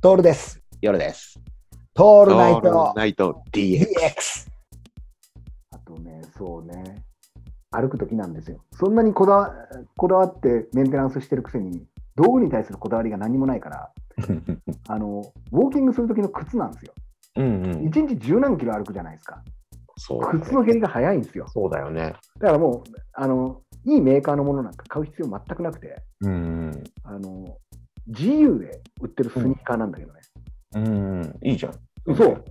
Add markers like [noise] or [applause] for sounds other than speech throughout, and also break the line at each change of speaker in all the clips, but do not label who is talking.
トールです。
夜です。
ト
オ
ールナイト
ナイ [laughs] ト DX。
DX。あとね、そうね、歩くときなんですよ。そんなにこだわこだわってメンテナンスしてるくせに、道具に対するこだわりが何もないから、あのウォーキングするときの靴なんですよ。
うんう
1
ん。
日十何キロ歩くじゃないですか。
そうだね
靴の減りが早いんですよ。
そうだよね。
だからもう、あのいいメーカーのものなんか買う必要全くなくて、
うんうん。
あの GU で売ってるスニーカーなんだけどね。
うんうん。いいじゃん。
そう。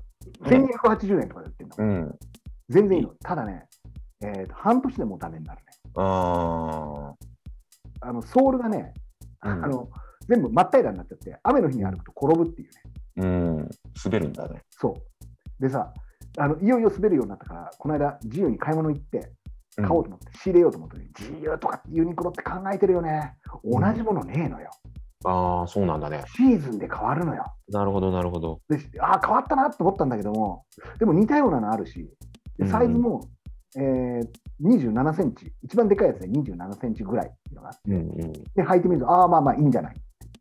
1280円とかで売ってるの。
うん。
全然いいの。ただね、えーと半年でもうダメになるね。
あ
あのソールがね、
あ。うん
あの全部真っ平らになっちゃって、雨の日に歩くと転ぶっていうね。
うん。滑るんだね。
そう。でさ、あのいよいよ滑るようになったから、この間、自由に買い物行って、
うん
買おうと思って、仕入れようと思って、自由とかユニクロって考えてるよね。同じものねえのよ。
ああ、そうなんだね。
シーズンで変わるのよ。
なるほど、なるほど。
でああ、変わったなと思ったんだけども、でも似たようなのあるし、でサイズも、えー27センチ、一番でかいやつで27センチぐらいっていうのがあって
うんうん。
で、履いてみると、ああ、まあまあいいんじゃない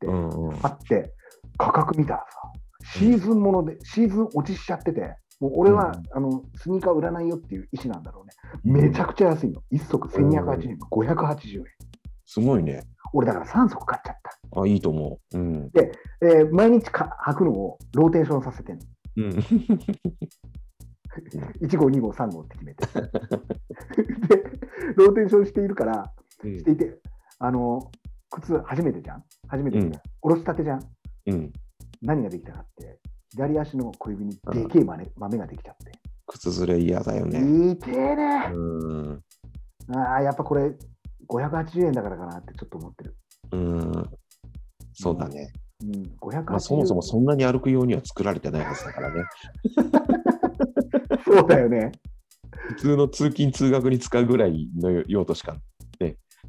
うんうん。
あって、価格見たらさ、シーズンもので、シーズン落ちしちゃってて、もう俺は、
うん
あのスニーカー売らないよっていう意思なんだろうね。めちゃくちゃ安いの。1足1280円、580円。
すごいね。
俺だから3足買っちゃった。
あ、いいと思う。うん。
えー毎日か履くのをローテーションさせてんの。
うん。
1号、2号、3号って決
[laughs]
めて。で、ローテーションしているから、していて、あの、靴初めてじゃん初めてじゃん、
うん
おろしたてじゃん
うん。
何ができたかって、左足の小指にでけえ豆,、豆ができちゃって。
靴ずれ嫌だよね。
いてえね
うん。
ああ、やっぱこれ580円だからかなってちょっと思ってる。
うん。そうだね。
うん、580円。
まあ、そもそもそんなに歩くようには作られてないはずだからね。
そうだよね。
普通の通勤通学に使うぐらいの用途しか。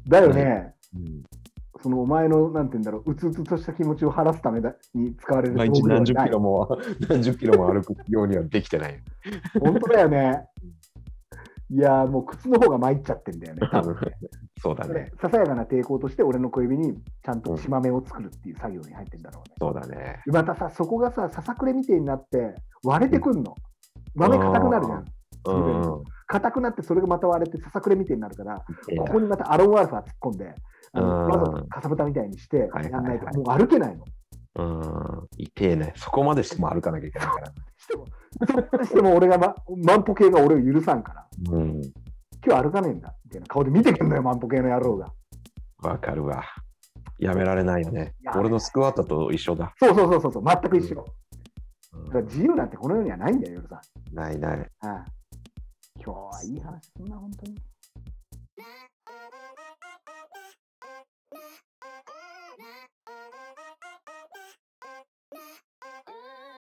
だよね。
うん。
そのお前の、なんて言うんだろう、うつうつとした気持ちを晴らすためだに使われる
毎日何十
道具
キ
では
ロも、 [laughs] 何十キロも歩くようにはできてない。
ない本当だよね。いやー、もう靴の方が参っちゃってんだよね。多分ね
[laughs] そうだ
そ
ね
れ。ささやかな抵抗として俺の小指にちゃんと血豆を作るっていう作業に入ってんだろうね。
そうだね。
でまたさ、そこがさ、ささくれみてえになって割れてくんの。豆硬くなるじゃ
あー
ん。
うん。
硬くなってそれがまた割れてささくれみてえになるから、
ええ
ここにまたアロンアルファ突っ込んで、あ
う
の
ん
わざとかさぶたみたいにしてや
はいはい
んないと、
はい
もう歩けないの。
うん。痛えね。そこまでしても歩かなきゃいけないから。
しても、 [laughs] そしても俺が、ま、万歩計が俺を許さんから、
うん。
今日歩かねえんだ、みたいな顔で見てくんのよ、万歩計の野郎が。
わかるわ。やめられないよね
や。
俺のスクワットと一緒だ。
そうそうそうそうそう、全く一緒。
うん
だから自由なんてこの世にはないんだよ、夜さん。
ないない。
ああ今日はいい話すんな、本当に。